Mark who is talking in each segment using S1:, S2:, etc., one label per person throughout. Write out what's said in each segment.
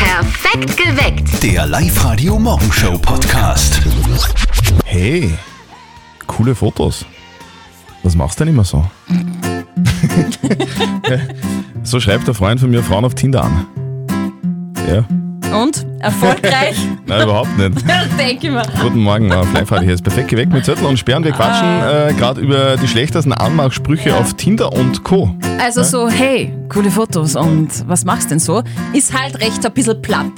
S1: Perfekt geweckt.
S2: Der Live-Radio Morgenshow Podcast.
S3: Hey, coole Fotos. Was machst du denn immer so? so schreibt der Freund von mir Frauen auf Tinder an. Ja,
S4: Und? Erfolgreich?
S3: nein, überhaupt nicht.
S4: Denke ich mir.
S3: Guten Morgen, war live hier ist perfekt geweckt mit Zettel und Sperren. Wir quatschen äh, gerade über die schlechtesten Anmachsprüche auf Tinder und Co.
S4: Also so, hey, coole Fotos und was machst denn so? Ist halt recht so ein bisschen platt.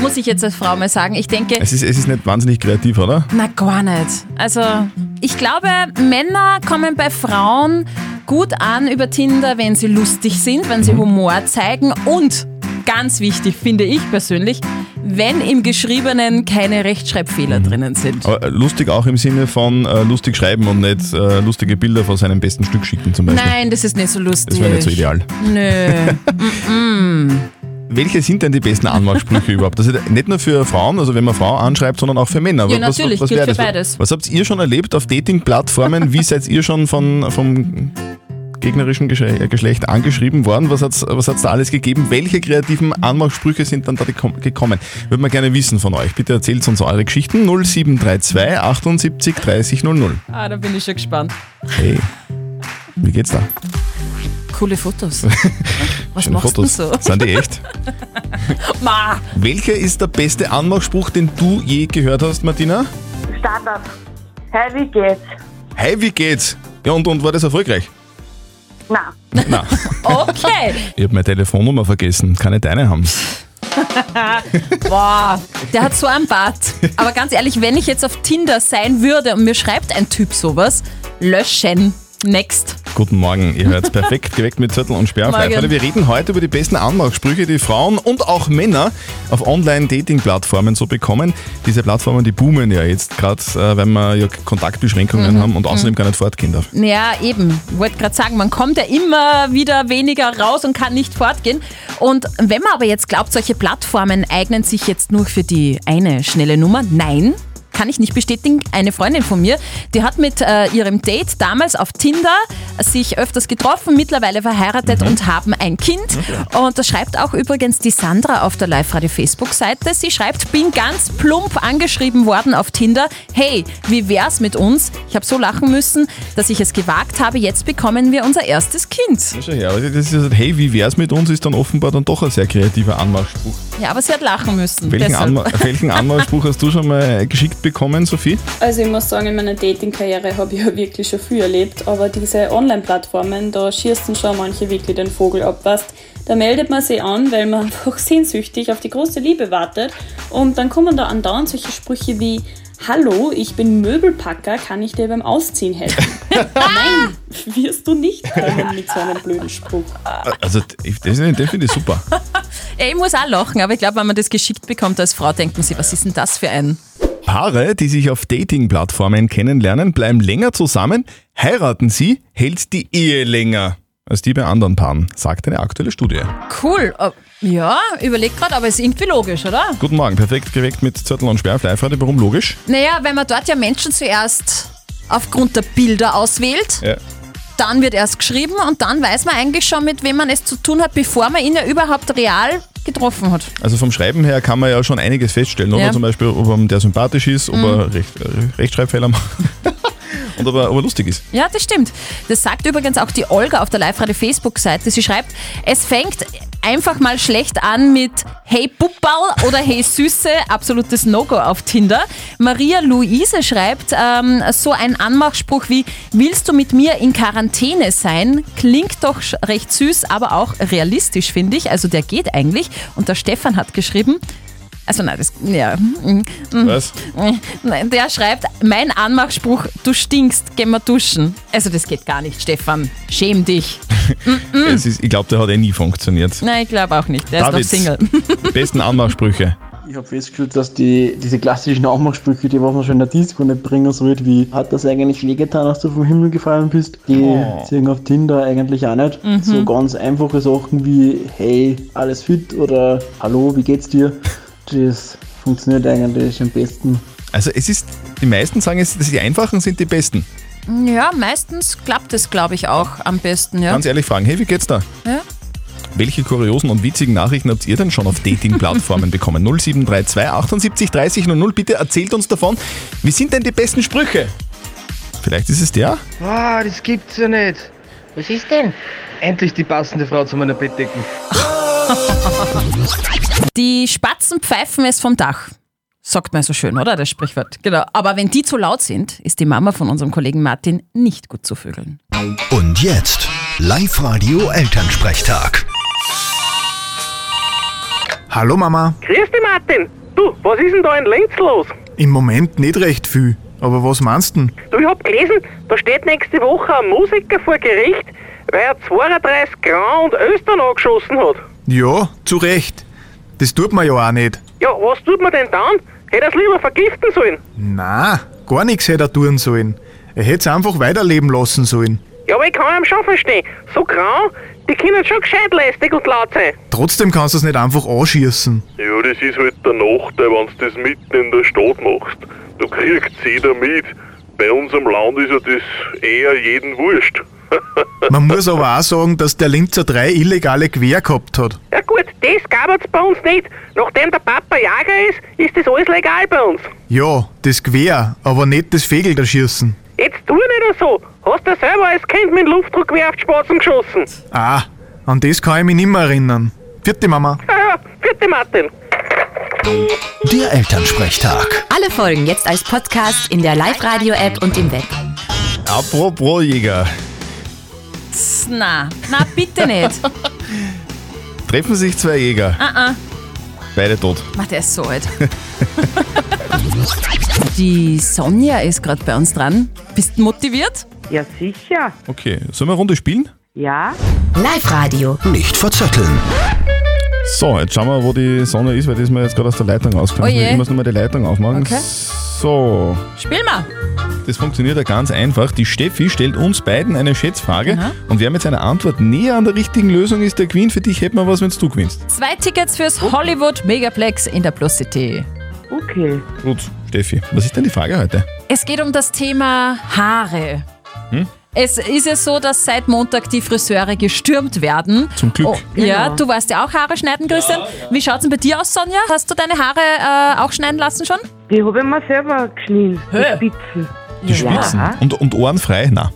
S4: Muss ich jetzt als Frau mal sagen. Ich denke,
S3: Es ist, es ist nicht wahnsinnig kreativ, oder?
S4: na gar nicht. Also, ich glaube, Männer kommen bei Frauen gut an über Tinder, wenn sie lustig sind, wenn sie
S3: Mhm.
S4: Humor zeigen und ganz wichtig, finde ich persönlich, wenn im Geschriebenen keine Rechtschreibfehler drinnen sind.
S3: Aber äh, lustig auch im Sinne von äh, lustig schreiben und nicht äh, lustige Bilder von seinem besten Stück schicken zum Beispiel.
S4: Nein, das ist nicht so
S3: Das
S4: lustig.
S3: wäre nicht so ideal.
S4: Nö.
S3: Welche sind denn die besten Anmachsprüche überhaupt? Das ist nicht nur für Frauen, also wenn man Frau anschreibt, sondern auch für Männer.
S4: Ja, natürlich,
S3: was, was, was
S4: gilt
S3: wäre
S4: für
S3: das?
S4: beides.
S3: Was habt ihr schon erlebt auf Dating-Plattformen? Wie seid ihr schon von, vom gegnerischen Gesche- äh, Geschlecht angeschrieben worden? Was hat es was hat's da alles gegeben? Welche kreativen Anmachsprüche sind dann da geko- gekommen? Würde man gerne wissen von euch. Bitte erzählt uns eure Geschichten 0732 78 30 00.
S4: Ah, da bin ich schon gespannt.
S3: Hey, wie geht's da?
S4: Coole Fotos. Was
S3: Schöne
S4: machst
S3: Fotos.
S4: du so?
S3: Sind die echt?
S4: Ma,
S3: Welcher ist der beste Anmachspruch, den du je gehört hast, Martina?
S5: Startup. Hey, wie geht's?
S3: Hey, wie geht's? Ja, und, und war das erfolgreich?
S5: Na,
S3: Nein,
S4: okay.
S3: ich habe meine Telefonnummer vergessen. Kann ich deine haben?
S4: Boah, der hat so einen Bart. Aber ganz ehrlich, wenn ich jetzt auf Tinder sein würde und mir schreibt ein Typ sowas, löschen. Next.
S3: Guten Morgen, ihr hört's perfekt geweckt mit Zettel und Sperr. auf
S4: Morgen.
S3: Live-Radio. Wir reden heute über die besten Anmachsprüche, die Frauen und auch Männer auf Online-Dating-Plattformen so bekommen. Diese Plattformen, die boomen ja jetzt gerade, äh, weil wir ja Kontaktbeschränkungen haben und außerdem gar nicht fortgehen darf.
S4: Ja, eben. Wollte gerade sagen, man kommt ja immer wieder weniger raus und kann nicht fortgehen. Und wenn man aber jetzt glaubt, solche Plattformen eignen sich jetzt nur für die eine schnelle Nummer, nein. Kann ich nicht bestätigen. Eine Freundin von mir, die hat mit äh, ihrem Date damals auf Tinder sich öfters getroffen, mittlerweile verheiratet
S3: Mhm.
S4: und haben ein Kind. Und das schreibt auch übrigens die Sandra auf der Live-Radio-Facebook-Seite. Sie schreibt, bin ganz plump angeschrieben worden auf Tinder. Hey, wie wär's mit uns? Ich habe so lachen müssen, dass ich es gewagt habe. Jetzt bekommen wir unser erstes Kind.
S3: Schau her, aber das ist halt, hey, wie wär's mit uns, ist dann offenbar dann doch ein sehr kreativer Anmachspruch.
S4: Ja, aber sie hat lachen müssen.
S3: Welchen,
S4: Deshalb.
S3: Anma welchen Anmachspruch hast du schon mal geschickt bekommen, Sophie?
S6: Also ich muss sagen, in meiner Dating-Karriere habe ich ja wirklich schon viel erlebt, aber diese Online-Plattformen, da schießen schon manche wirklich den Vogel ab, weißt. Da meldet man sich an, weil man einfach sehnsüchtig auf die große Liebe wartet und dann kommen da andauernd solche Sprüche wie Hallo, ich bin Möbelpacker, kann ich dir beim Ausziehen helfen? Nein, wirst du nicht kommen mit so einem blöden Spruch.
S3: Also, ich- das ist- den finde ich super.
S4: Ja, ich muss auch lachen, aber ich glaube, wenn man das geschickt bekommt als Frau, denkt man sich, was ist denn das für ein?
S3: Paare, die sich auf Dating-Plattformen kennenlernen, bleiben länger zusammen, heiraten sie, hält die Ehe länger als die bei anderen Paaren, sagt eine aktuelle Studie.
S4: Cool. äh, Ja, überleg gerade, aber ist irgendwie logisch, oder?
S3: Guten Morgen, perfekt geweckt mit Zettel und Sperr, live heute, warum logisch?
S4: Naja, wenn man dort ja Menschen zuerst aufgrund der Bilder auswählt,
S3: Ja.
S4: dann wird erst geschrieben und dann weiß man eigentlich schon, mit wem man es zu tun hat, bevor man ihn ja überhaupt real getroffen hat.
S3: Also vom Schreiben her kann man ja schon einiges feststellen, oder?
S4: Ja. Mhm.
S3: Zum Beispiel, ob einem der sympathisch ist, ob er Recht, äh, Rechtschreibfehler macht und ob er, ob er lustig ist.
S4: Ja, das stimmt. Das sagt übrigens auch die Olga auf der Live-Radio-Facebook-Seite. Sie schreibt, es fängt einfach mal schlecht an mit Hey Puppal oder Hey Süße, absolutes No-Go auf Tinder. Maria Luise schreibt, ähm, so ein Anmachspruch wie Willst du mit mir in Quarantäne sein? Klingt doch sch- recht süß, aber auch realistisch, finde ich. Also der geht eigentlich. Und der Stefan hat geschrieben, also nein, das, ja, mhm.
S3: Was?
S4: Nein, Der schreibt, mein Anmachspruch, du stinkst, geh mal duschen. Also das geht gar nicht, Stefan. Schäm dich. Mhm.
S3: Es ist, ich glaube, der hat eh nie funktioniert.
S4: Nein, ich glaube auch nicht. Der
S3: David.
S4: ist noch Single.
S3: Die besten Anmachsprüche.
S7: Ich habe festgestellt, dass die, diese klassischen Anmachsprüche, die was man schon in der Disco nicht bringen sollte, wie hat das eigentlich wehgetan, als du vom Himmel gefallen bist, die sind auf Tinder eigentlich auch nicht. So ganz einfache Sachen wie hey, alles fit oder hallo, wie geht's dir? Das funktioniert eigentlich am besten.
S3: Also es ist, die meisten sagen, es, die einfachen sind die besten.
S4: Ja, meistens klappt es, glaube ich, auch am besten. Ja.
S3: Ganz ehrlich fragen, hey, wie geht's da?
S4: Ja.
S3: Welche kuriosen und witzigen Nachrichten habt ihr denn schon auf Dating-Plattformen bekommen? 0732 78 30 00. Bitte erzählt uns davon. Wie sind denn die besten Sprüche? Vielleicht ist es der?
S1: Ah, das gibt's ja nicht.
S8: Was ist denn?
S1: Endlich die passende Frau zu meiner Bettdecken.
S4: Die Spatzen pfeifen es vom Dach. Sagt man so schön, oder? Das Sprichwort. Genau. Aber wenn die zu laut sind, ist die Mama von unserem Kollegen Martin nicht gut zu vögeln.
S2: Und jetzt Live-Radio Elternsprechtag.
S9: Hallo Mama.
S10: Grüß dich, Martin. Du, was ist denn da in Lenz los?
S9: Im Moment nicht recht viel. Aber was meinst denn?
S10: Du, ich hab gelesen, da steht nächste Woche ein Musiker vor Gericht, weil er 32 Grand und Östern angeschossen hat.
S9: Ja, zu Recht. Das tut man ja auch nicht.
S10: Ja, was tut man denn dann? Hätte er es lieber vergiften sollen?
S9: Na, gar nichts hätte er tun sollen. Er hätte es einfach weiterleben lassen sollen.
S10: Ja, aber ich kann ihn schon verstehen. So grau, die können schon gescheit lästig und laut sein.
S9: Trotzdem kannst du es nicht einfach anschießen.
S11: Ja, das ist halt der Nachteil, wenn du das mitten in der Stadt machst. Da kriegt jeder mit. Bei uns am Land ist ja das eher jeden wurscht.
S9: Man muss aber Also auch sagen, dass der Linzer drei illegale Quer gehabt hat.
S10: Ja gut, das gab es bei uns nicht. Nachdem der Papa Jäger ist, ist das alles legal bei uns.
S9: Ja, das Quer, aber nicht das Fegel erschießen.
S10: Jetzt tu nicht so. Hast du selber als Kind mit dem Luftdruckwerfer auf die Spatzen geschossen?
S9: Ah, an das kann ich mich nicht mehr erinnern. Vierte Mama.
S10: Haha, vierte Martin.
S2: Der Elternsprechtag.
S12: Alle Folgen jetzt als Podcast in der Live-Radio-App und im Web.
S3: Apropos Jäger.
S4: Na, na bitte nicht.
S3: Treffen sich zwei Jäger,
S4: Ah, ah.
S3: beide tot.
S4: Mach, der ist so alt. Die Sonja ist gerade bei uns dran. Bist motiviert?
S5: Ja, sicher.
S3: Okay, sollen wir eine Runde spielen?
S5: Ja.
S12: Live-Radio.
S2: Nicht verzetteln.
S3: So, jetzt schauen wir, wo die Sonne ist, weil die ist mir jetzt gerade aus der Leitung rausgekommen.
S4: Oh je.
S3: ich muss nochmal die Leitung aufmachen.
S4: Okay.
S3: So,
S4: Spiel mal.
S3: das funktioniert ja ganz einfach. Die Steffi stellt uns beiden eine Schätzfrage
S4: Aha.
S3: und wer mit seiner Antwort näher an der richtigen Lösung ist, der gewinnt. Für dich hätten wir was, wenn du gewinnst.
S4: Zwei Tickets fürs Hollywood Megaplex in der Plus City.
S5: Okay.
S3: Gut, Steffi, was ist denn die Frage heute?
S4: Es geht um das Thema Haare. Es ist ja so, dass seit Montag die Friseure gestürmt werden. Oh,
S3: Zum Glück.
S4: Ja, du warst ja auch Haare schneiden, Christian. Wie schaut's denn bei dir aus, Sonja? Hast du deine Haare äh, auch schneiden lassen schon?
S5: Die habe ich mir selber geschnien.
S4: Hä?
S5: Die Spitzen.
S3: Die Spitzen
S5: Ja.
S3: und, und Ohren frei? Nein.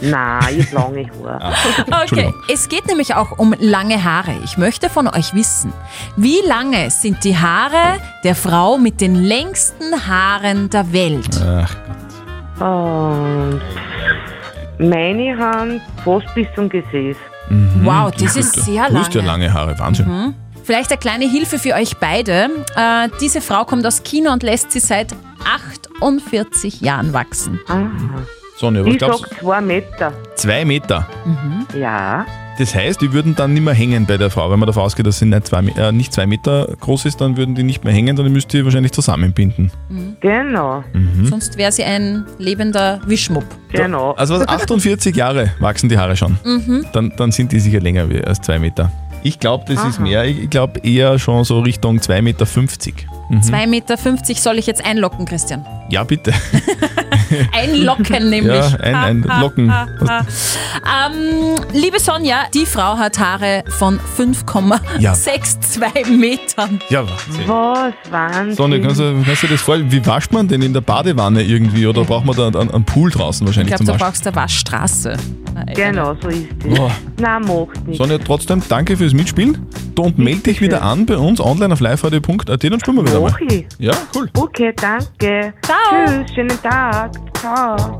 S5: Nein, ich hab lange Haare.
S4: Okay,
S3: Entschuldigung.
S4: es geht nämlich auch um lange Haare. Ich möchte von euch wissen, wie lange sind die Haare der Frau mit den längsten Haaren der Welt?
S3: Ach, Ah.
S5: Und meine Hand fast bis zum Gesäß.
S3: Mhm.
S4: Wow, das ist sehr
S3: Du hast ja
S4: lange. Mhm.
S3: lange Haare, Wahnsinn.
S4: Vielleicht eine kleine Hilfe für euch beide. Äh, diese Frau kommt aus China und lässt sie seit 48 Jahren wachsen.
S5: Aha.
S3: Sonja, was
S5: Ich
S3: glaubst
S5: sag zwei Meter.
S3: du? Zwei Meter.
S5: Ja.
S3: Das heißt, die würden dann nicht mehr hängen bei der Frau. Wenn man davon ausgeht, dass sie nicht zwei, Me- äh, nicht zwei Meter groß ist, dann würden die nicht mehr hängen, sondern müsst ihr wahrscheinlich zusammenbinden.
S5: Genau.
S3: Hm. Mhm.
S4: Sonst wäre sie ein lebender Wischmopp.
S5: Genau.
S3: Also was, 48 Jahre wachsen die Haare schon. Dann, dann sind die sicher länger wie- als zwei Meter. Ich glaube, das ist mehr. Ich glaube eher schon so Richtung 2,50 Meter. Mhm.
S4: 2,50 Meter soll ich jetzt einlocken, Christian.
S3: Ja, bitte.
S4: Einlocken nämlich.
S3: Ja, ein, ein Locken.
S4: Ähm, liebe Sonja, die Frau hat Haare von 5,62 Metern.
S3: Ja, Wahnsinn.
S5: Was, Wahnsinn.
S3: Sonja, kannst du, kannst du dir das vorstellen? Wie wascht man denn in der Badewanne irgendwie? Oder braucht man da einen, einen Pool draußen
S4: Ich
S3: wahrscheinlich
S4: glaube, da
S3: zum Waschen?
S4: brauchst du eine Waschstraße. Nein,
S5: Genau, so ist es.
S3: Boah.
S5: Nein, macht nichts.
S3: Sonja, trotzdem danke fürs Mitspielen. Du und melde dich wieder an bei uns online auf liveradio.at und spielen wir wieder mal.
S5: Mach ich.
S3: Ja, cool.
S5: Okay, danke.
S4: Ciao.
S5: Tschüss, schönen Tag. Ciao.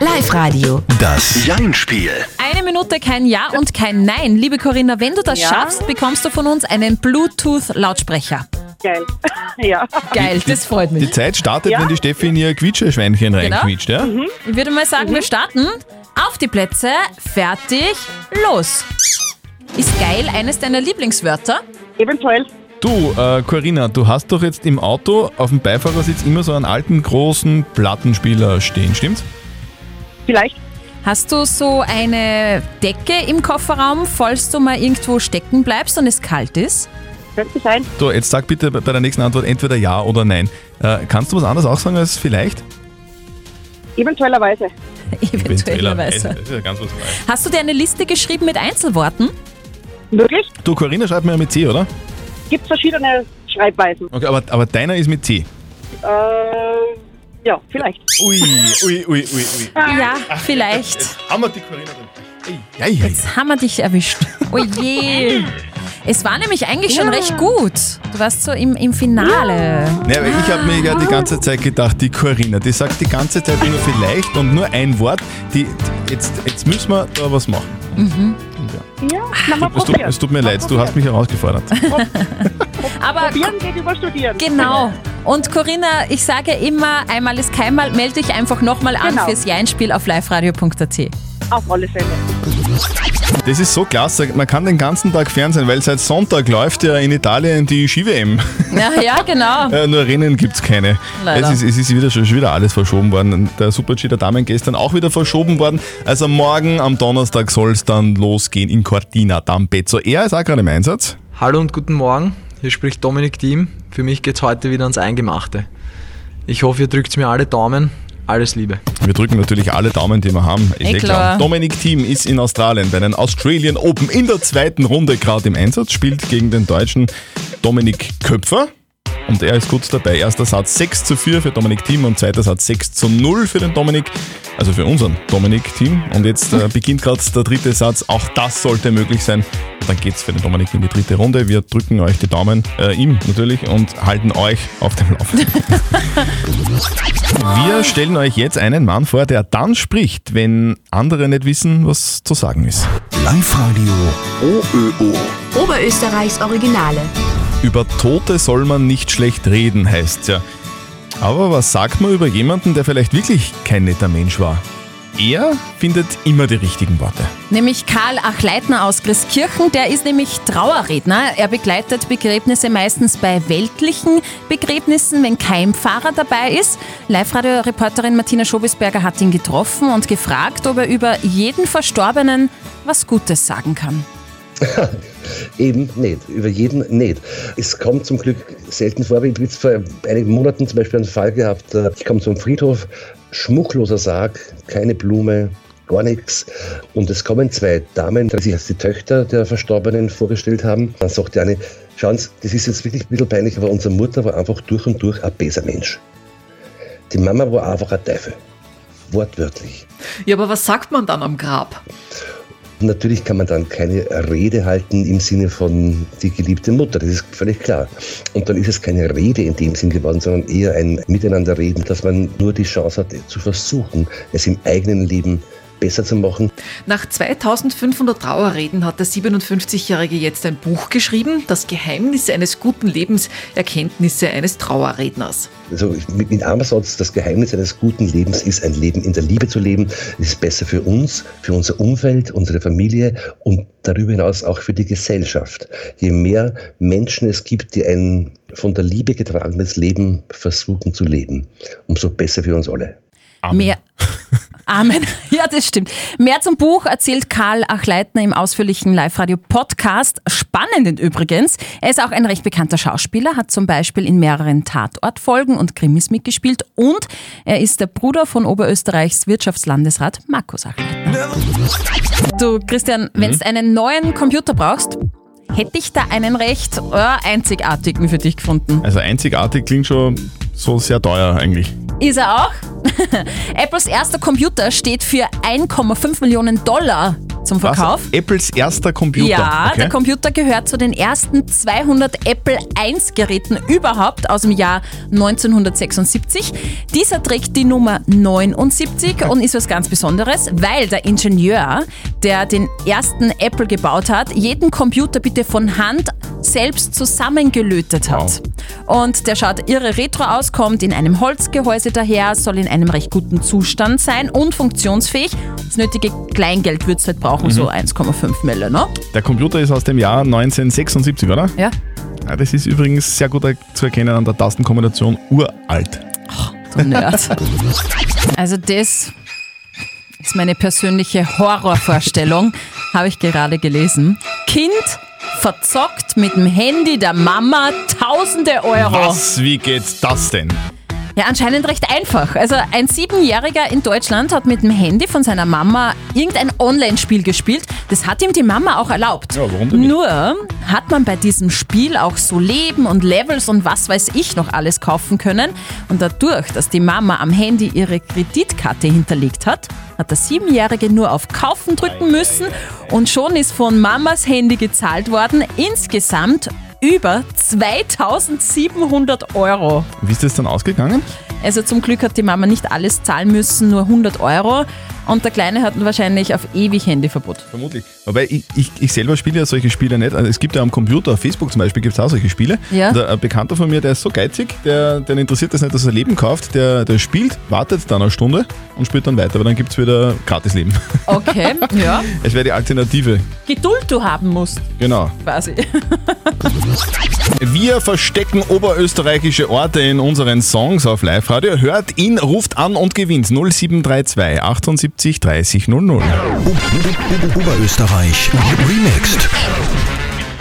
S12: Live-Radio.
S2: Das Jein-Spiel.
S4: Eine Minute kein Ja und kein Nein. Liebe Corinna, wenn du das schaffst, bekommst du von uns einen Bluetooth-Lautsprecher.
S5: Geil. ja.
S4: Geil, das freut
S3: Die
S4: mich.
S3: Zeit startet, wenn die Steffi in ihr Quietscheschweinchen reinquietscht, ja?
S4: Ich würde mal
S5: Mhm.
S4: sagen, wir starten. Auf die Plätze, fertig, los. Ist geil eines deiner Lieblingswörter?
S5: Eventuell.
S3: Du, äh, Corinna, du hast doch jetzt im Auto auf dem Beifahrersitz immer so einen alten, großen Plattenspieler stehen, stimmt's?
S5: Vielleicht.
S4: Hast du so eine Decke im Kofferraum, falls du mal irgendwo stecken bleibst und es kalt ist?
S5: Könnte sein.
S3: So, jetzt sag bitte bei bei der nächsten Antwort entweder ja oder nein. Äh, kannst du was anderes auch sagen als vielleicht?
S5: Eventuellerweise.
S4: Eventuellerweise.
S3: Das ist ja ganz was Neues.
S4: Hast du dir eine Liste geschrieben mit Einzelworten?
S5: Wirklich?
S3: Du, Corinna schreibt mir ja mit C, oder?
S5: Gibt es verschiedene Schreibweisen?
S3: Okay, aber, aber deiner ist mit C.
S5: Äh, ja, vielleicht.
S3: Ui, ui, ui, ui, ui.
S4: Ja, vielleicht.
S3: Hammer die Corinna drin. Ei, ei, ei.
S4: Jetzt haben wir dich erwischt. Oh je. Es war nämlich eigentlich schon recht gut. Du warst so im, im Finale.
S3: Naja, aber ich habe mir ja die ganze Zeit gedacht, die Corinna, die sagt die ganze Zeit nur vielleicht und nur ein Wort. Die, die- jetzt, jetzt müssen wir da was machen.
S4: Mhm.
S3: Und ja.
S5: Ja, na, mal
S3: es, tut,
S5: probieren.
S3: es tut mir leid, du hast mich herausgefordert.
S4: Aber
S5: Probieren geht über Studieren.
S4: genau. Und Corinna, ich sage immer, einmal ist keinmal, melde dich einfach nochmal an
S5: Genau.
S4: fürs Jeinspiel auf liveradio.at.
S5: Auf alle Fälle.
S3: Das ist so klasse, man kann den ganzen Tag fernsehen, weil seit Sonntag läuft ja in Italien die Ski-WM.
S4: Ja, ja, genau.
S3: Äh, nur Rennen gibt es keine.
S4: Leider.
S3: Es ist, es ist wieder, schon schon wieder alles verschoben worden. Und Der Super-G der Damen gestern auch wieder verschoben worden. Also morgen am Donnerstag soll es dann losgehen in Cortina d'Ampezzo. Er ist auch gerade im Einsatz.
S8: Hallo und guten Morgen, hier spricht Dominik Thiem. Für mich geht's heute wieder ans Eingemachte. Ich hoffe, ihr drückt mir alle Daumen. Alles Liebe.
S3: Wir drücken natürlich alle Daumen, die wir haben. Ist
S8: Eh
S3: eh
S8: klar.
S3: Dominik Thiem ist in Australien bei den Australian Open in der zweiten Runde gerade im Einsatz, spielt gegen den deutschen Dominik Köpfer. Und er ist kurz dabei. Erster Satz 6 zu 4 für Dominik Thiem und zweiter Satz 6 zu 0 für den Dominik, also für unseren Dominik Thiem. Und jetzt äh, beginnt gerade der dritte Satz. Auch das sollte möglich sein. Dann geht's für den Dominik in die dritte Runde. Wir drücken euch die Daumen, äh, ihm natürlich, und halten euch auf dem Laufenden. Wir stellen euch jetzt einen Mann vor, der dann spricht, wenn andere nicht wissen, was zu sagen ist.
S2: Live-Radio
S3: OÖO.
S12: Oberösterreichs Originale.
S3: Über Tote soll man nicht schlecht reden, heißt's ja. Aber was sagt man über jemanden, der vielleicht wirklich kein netter Mensch war? Er findet immer die richtigen Worte.
S4: Nämlich Karl Achleitner aus Christkirchen, der ist nämlich Trauerredner. Er begleitet Begräbnisse meistens bei weltlichen Begräbnissen, wenn kein Pfarrer dabei ist. Live-Radio-Reporterin Martina Schobisberger hat ihn getroffen und gefragt, ob er über jeden Verstorbenen was Gutes sagen kann.
S13: Eben nicht, über jeden nicht. Es kommt zum Glück selten vor, aber ich habe jetzt vor einigen Monaten zum Beispiel einen Fall gehabt, äh, ich komme zum Friedhof, schmuckloser Sarg, keine Blume, gar nichts. Und es kommen zwei Damen, die sich als die Töchter der Verstorbenen vorgestellt haben. Dann sagt die eine, schauen Sie, das ist jetzt wirklich ein bisschen peinlich, aber unsere Mutter war einfach durch und durch ein besser Mensch. Die Mama war einfach ein Teufel. Wortwörtlich.
S14: Ja, aber was sagt man dann am Grab?
S13: Natürlich kann man dann keine Rede halten im Sinne von die geliebte Mutter, das ist völlig klar. Und dann ist es keine Rede in dem Sinn geworden, sondern eher ein Miteinanderreden, dass man nur die Chance hat, zu versuchen, es im eigenen Leben besser zu machen.
S14: Nach 2500 Trauerreden hat der 57-Jährige jetzt ein Buch geschrieben, das Geheimnis eines guten Lebens, Erkenntnisse eines Trauerredners.
S13: Also ich- mit, mit einem Satz, das Geheimnis eines guten Lebens ist, ein Leben in der Liebe zu leben, Es ist besser für uns, für unser Umfeld, unsere Familie und darüber hinaus auch für die Gesellschaft. Je mehr Menschen es gibt, die ein von der Liebe getragenes Leben versuchen zu leben, umso besser für uns alle.
S4: Mehr. Amen. Ja, das stimmt. Mehr zum Buch erzählt Karl Achleitner im ausführlichen Live-Radio-Podcast. Spannenden übrigens. Er ist auch ein recht bekannter Schauspieler, hat zum Beispiel in mehreren Tatortfolgen und Krimis mitgespielt und er ist der Bruder von Oberösterreichs Wirtschaftslandesrat Markus Achleitner. Du, Christian, wenn du einen neuen Computer brauchst, hätte ich da einen recht äh, einzigartigen für dich gefunden.
S3: Also einzigartig klingt schon so sehr teuer eigentlich.
S4: Ist er auch? Apples erster Computer steht für 1,5 Millionen Dollar zum Verkauf.
S3: Was? Apples erster Computer.
S4: Ja,
S3: okay.
S4: der Computer gehört zu den ersten 200 Apple I-Geräten überhaupt aus dem Jahr 1976. Dieser trägt die Nummer 79 und ist was ganz Besonderes, weil der Ingenieur, der den ersten Apple gebaut hat, jeden Computer bitte von Hand selbst zusammengelötet hat. Und der schaut irre retro aus, kommt in einem Holzgehäuse daher, soll in einem recht guten Zustand sein und funktionsfähig. Das nötige Kleingeld wird's halt brauchen,
S3: Mhm.
S4: so 1,5 Mille, ne?
S3: Der Computer ist aus dem Jahr 1976, oder?
S4: Ja.
S3: Ah, Das ist übrigens sehr gut zu erkennen an der Tastenkombination uralt.
S4: Du Nerd. Also das ist meine persönliche Horrorvorstellung, habe ich gerade gelesen. Kind verzockt mit dem Handy der Mama tausende Euro.
S3: Was? Wie geht das denn?
S4: Ja, anscheinend recht einfach. Also ein Siebenjähriger in Deutschland hat mit dem Handy von seiner Mama irgendein Online-Spiel gespielt. Das hat ihm die Mama auch erlaubt.
S3: Ja, warum denn nicht?
S4: Nur hat man bei diesem Spiel auch so Leben und Levels und was weiß ich noch alles kaufen können. Und dadurch, dass die Mama am Handy ihre Kreditkarte hinterlegt hat, hat der Siebenjährige nur auf Kaufen drücken müssen und schon ist von Mamas Handy gezahlt worden. Insgesamt über 2700 Euro.
S3: Wie ist das dann ausgegangen?
S4: Also zum Glück hat die Mama nicht alles zahlen müssen, nur 100 Euro. Und der Kleine hat wahrscheinlich auf ewig Handyverbot.
S3: Vermutlich. Wobei ich, ich, ich selber spiele ja solche Spiele nicht. Also es gibt ja am Computer, auf Facebook zum Beispiel, gibt es auch solche Spiele.
S4: Ja.
S3: Und äh, ein Bekannter von mir, der ist so geizig, der, den interessiert das nicht, dass er Leben kauft. Der, der spielt, wartet dann eine Stunde und spielt dann weiter, aber dann gibt es wieder Gratisleben.
S4: Okay, ja.
S3: Es wäre die Alternative.
S4: Geduld du haben musst,
S3: Genau.
S4: quasi.
S3: Wir verstecken oberösterreichische Orte in unseren Songs auf Live-Radio. Hört ihn, ruft an und gewinnt 0732 78 30 00.
S2: Oberösterreich Remixed.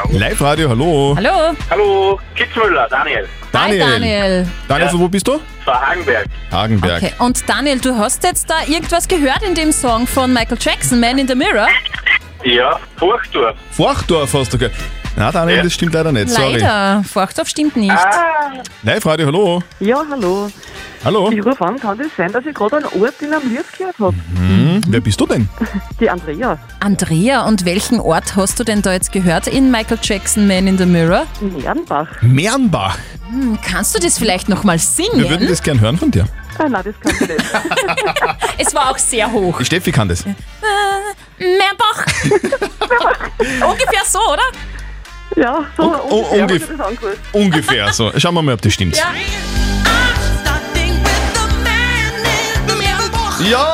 S3: Live-Radio, hallo.
S4: Hallo.
S15: Hallo, Kitzmüller, Daniel.
S3: Daniel.
S4: Hi Daniel.
S3: Daniel, von wo bist du?
S15: Frau Hagenberg.
S3: Hagenberg.
S4: Okay, und Daniel, du hast jetzt da irgendwas gehört in dem Song von Michael Jackson, Man in the Mirror?
S15: Ja, Furchtdorf.
S3: Forchdorf hast du gehört. Na, Daniel, das stimmt leider nicht. Sorry.
S4: Leider, Forchdorf stimmt nicht.
S3: Live-Radio, hallo.
S5: Ja, hallo.
S3: Hallo.
S5: Ich rufe an, kann das sein, dass ich gerade einen Ort in einem Lied gehört habe?
S3: Hm, wer bist du denn?
S5: Die Andrea.
S4: Andrea, und welchen Ort hast du denn da jetzt gehört in Michael Jackson, Man in the Mirror?
S5: Mernbach.
S3: Mernbach.
S4: Hm, kannst du das vielleicht nochmal
S3: Wir würden
S4: singen?
S3: das gern hören von dir.
S5: Ah, nein, das kann ich nicht.
S4: es war auch sehr hoch.
S3: Die Steffi kann das.
S4: Mernbach. Ungefähr so, oder?
S5: Ja, so
S3: Oh, ungef-
S5: ungefähr. hab ich das angehört.
S3: Ungefähr so. Schauen wir mal, ob das stimmt.
S5: Ja.
S3: Ja!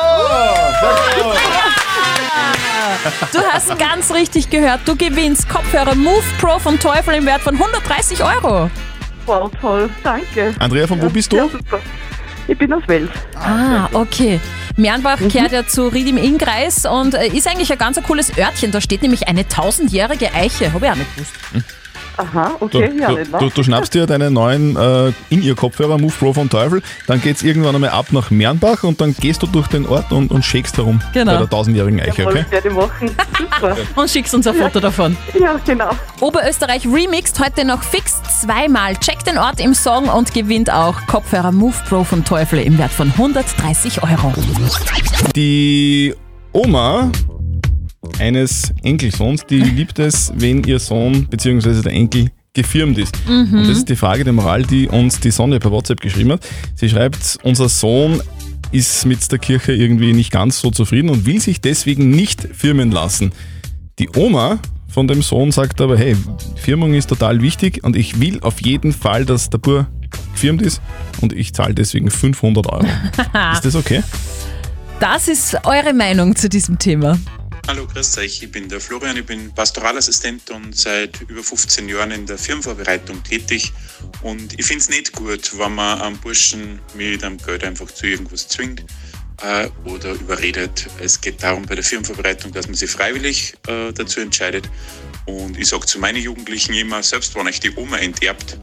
S4: Du hast ganz richtig gehört. Du gewinnst Kopfhörer Move Pro von Teufel im Wert von 130 Euro.
S5: Wow, toll, danke.
S3: Andrea, von wo bist du?
S5: Ja, super. Ich bin aus Wels.
S4: Ah, okay. Mernbach kehrt ja zu Ried im Innkreis und äh, ist eigentlich ein ganz ein cooles Örtchen. Da steht nämlich eine tausendjährige Eiche. Habe ich auch nicht gewusst.
S5: Aha,
S3: Du,
S5: okay, ja,
S3: du,
S5: nicht wahr?
S3: du, du schnappst dir deinen neuen äh, In-Ear-Kopfhörer, Move Pro vom Teufel, dann geht's irgendwann einmal ab nach Mernbach und dann gehst du durch den Ort und, und shakest herum
S4: Genau.
S3: bei der tausendjährigen Eiche,
S5: Jawohl,
S3: okay?
S5: das werde ich machen. Super.
S4: Und schickst uns ein Foto davon.
S5: Ja, genau.
S4: Oberösterreich Remixed heute noch fix zweimal. Checkt den Ort im Song und gewinnt auch Kopfhörer Move Pro vom Teufel im Wert von 130 Euro.
S3: Die Oma eines Enkelsohns, die liebt es, wenn ihr Sohn bzw. der Enkel gefirmt ist.
S2: Mhm.
S3: Und das ist die Frage der Moral, die uns die Sonja per WhatsApp geschrieben hat. Sie schreibt, unser Sohn ist mit der Kirche irgendwie nicht ganz so zufrieden und will sich deswegen nicht firmen lassen. Die Oma von dem Sohn sagt aber, hey, Firmung ist total wichtig und ich will auf jeden Fall, dass der Bur gefirmt ist und ich zahle deswegen 500 Euro. Ist das okay?
S4: Das ist eure Meinung zu diesem Thema.
S16: Hallo, grüß euch, ich bin der Florian, ich bin Pastoralassistent und seit über 15 Jahren in der Firmenvorbereitung tätig. Und ich finde es nicht gut, wenn man einen Burschen mit einem Geld einfach zu irgendwas zwingt äh, oder überredet. Es geht darum bei der Firmenvorbereitung, dass man sich freiwillig äh, dazu entscheidet. Und ich sage zu meinen Jugendlichen immer, selbst wenn euch die Oma enterbt,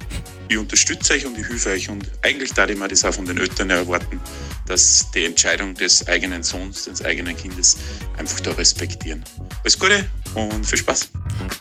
S16: ich unterstütze euch und ich helfe euch. Und eigentlich darf ich mir das auch von den Eltern erwarten, dass die Entscheidung des eigenen Sohns, des eigenen Kindes einfach da respektieren. Alles Gute und viel Spaß.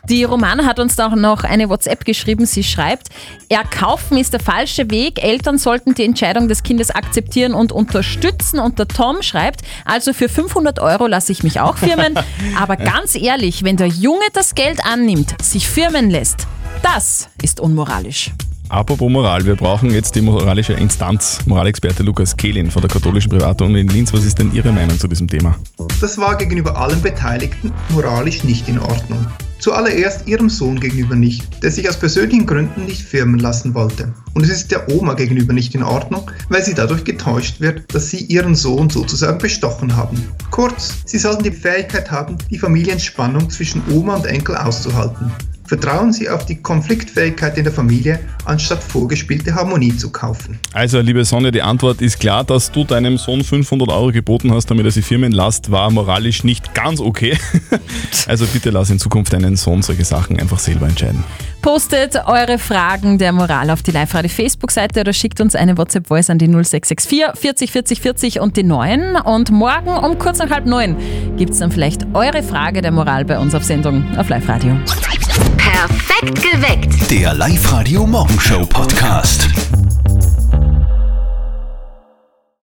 S4: Die Romana hat uns auch noch eine WhatsApp geschrieben. Sie schreibt, Erkaufen ist der falsche Weg. Eltern sollten die Entscheidung des Kindes akzeptieren und unterstützen. Und der Tom schreibt, also für 500 Euro lasse ich mich auch firmen. Aber ganz ehrlich, wenn der Junge das Geld annimmt, sich firmen lässt, das ist unmoralisch.
S3: Apropos Moral, wir brauchen jetzt die moralische Instanz. Moralexperte Lukas Kehlin von der katholischen Privatuni in Linz. Was ist denn Ihre Meinung zu diesem Thema?
S17: Das war gegenüber allen Beteiligten moralisch nicht in Ordnung. Zuallererst ihrem Sohn gegenüber nicht, der sich aus persönlichen Gründen nicht firmen lassen wollte. Und es ist der Oma gegenüber nicht in Ordnung, weil sie dadurch getäuscht wird, dass sie ihren Sohn sozusagen bestochen haben. Kurz, sie sollten die Fähigkeit haben, die Familienspannung zwischen Oma und Enkel auszuhalten. Vertrauen Sie auf die Konfliktfähigkeit in der Familie, anstatt vorgespielte Harmonie zu kaufen.
S3: Also, liebe Sonja, die Antwort ist klar, dass du deinem Sohn 500 Euro geboten hast, damit er sie firmen lässt, war moralisch nicht ganz okay. Also bitte lass in Zukunft deinen Sohn solche Sachen einfach selber entscheiden.
S4: Postet eure Fragen der Moral auf die Live-Radio Facebook-Seite oder schickt uns eine WhatsApp-Voice an die 0664 40 40 40 und die 9. Und morgen um kurz nach halb neun gibt es dann vielleicht eure Frage der Moral bei uns auf Sendung auf Live-Radio.
S12: Perfekt geweckt.
S2: Der Live-Radio Morgenshow Podcast.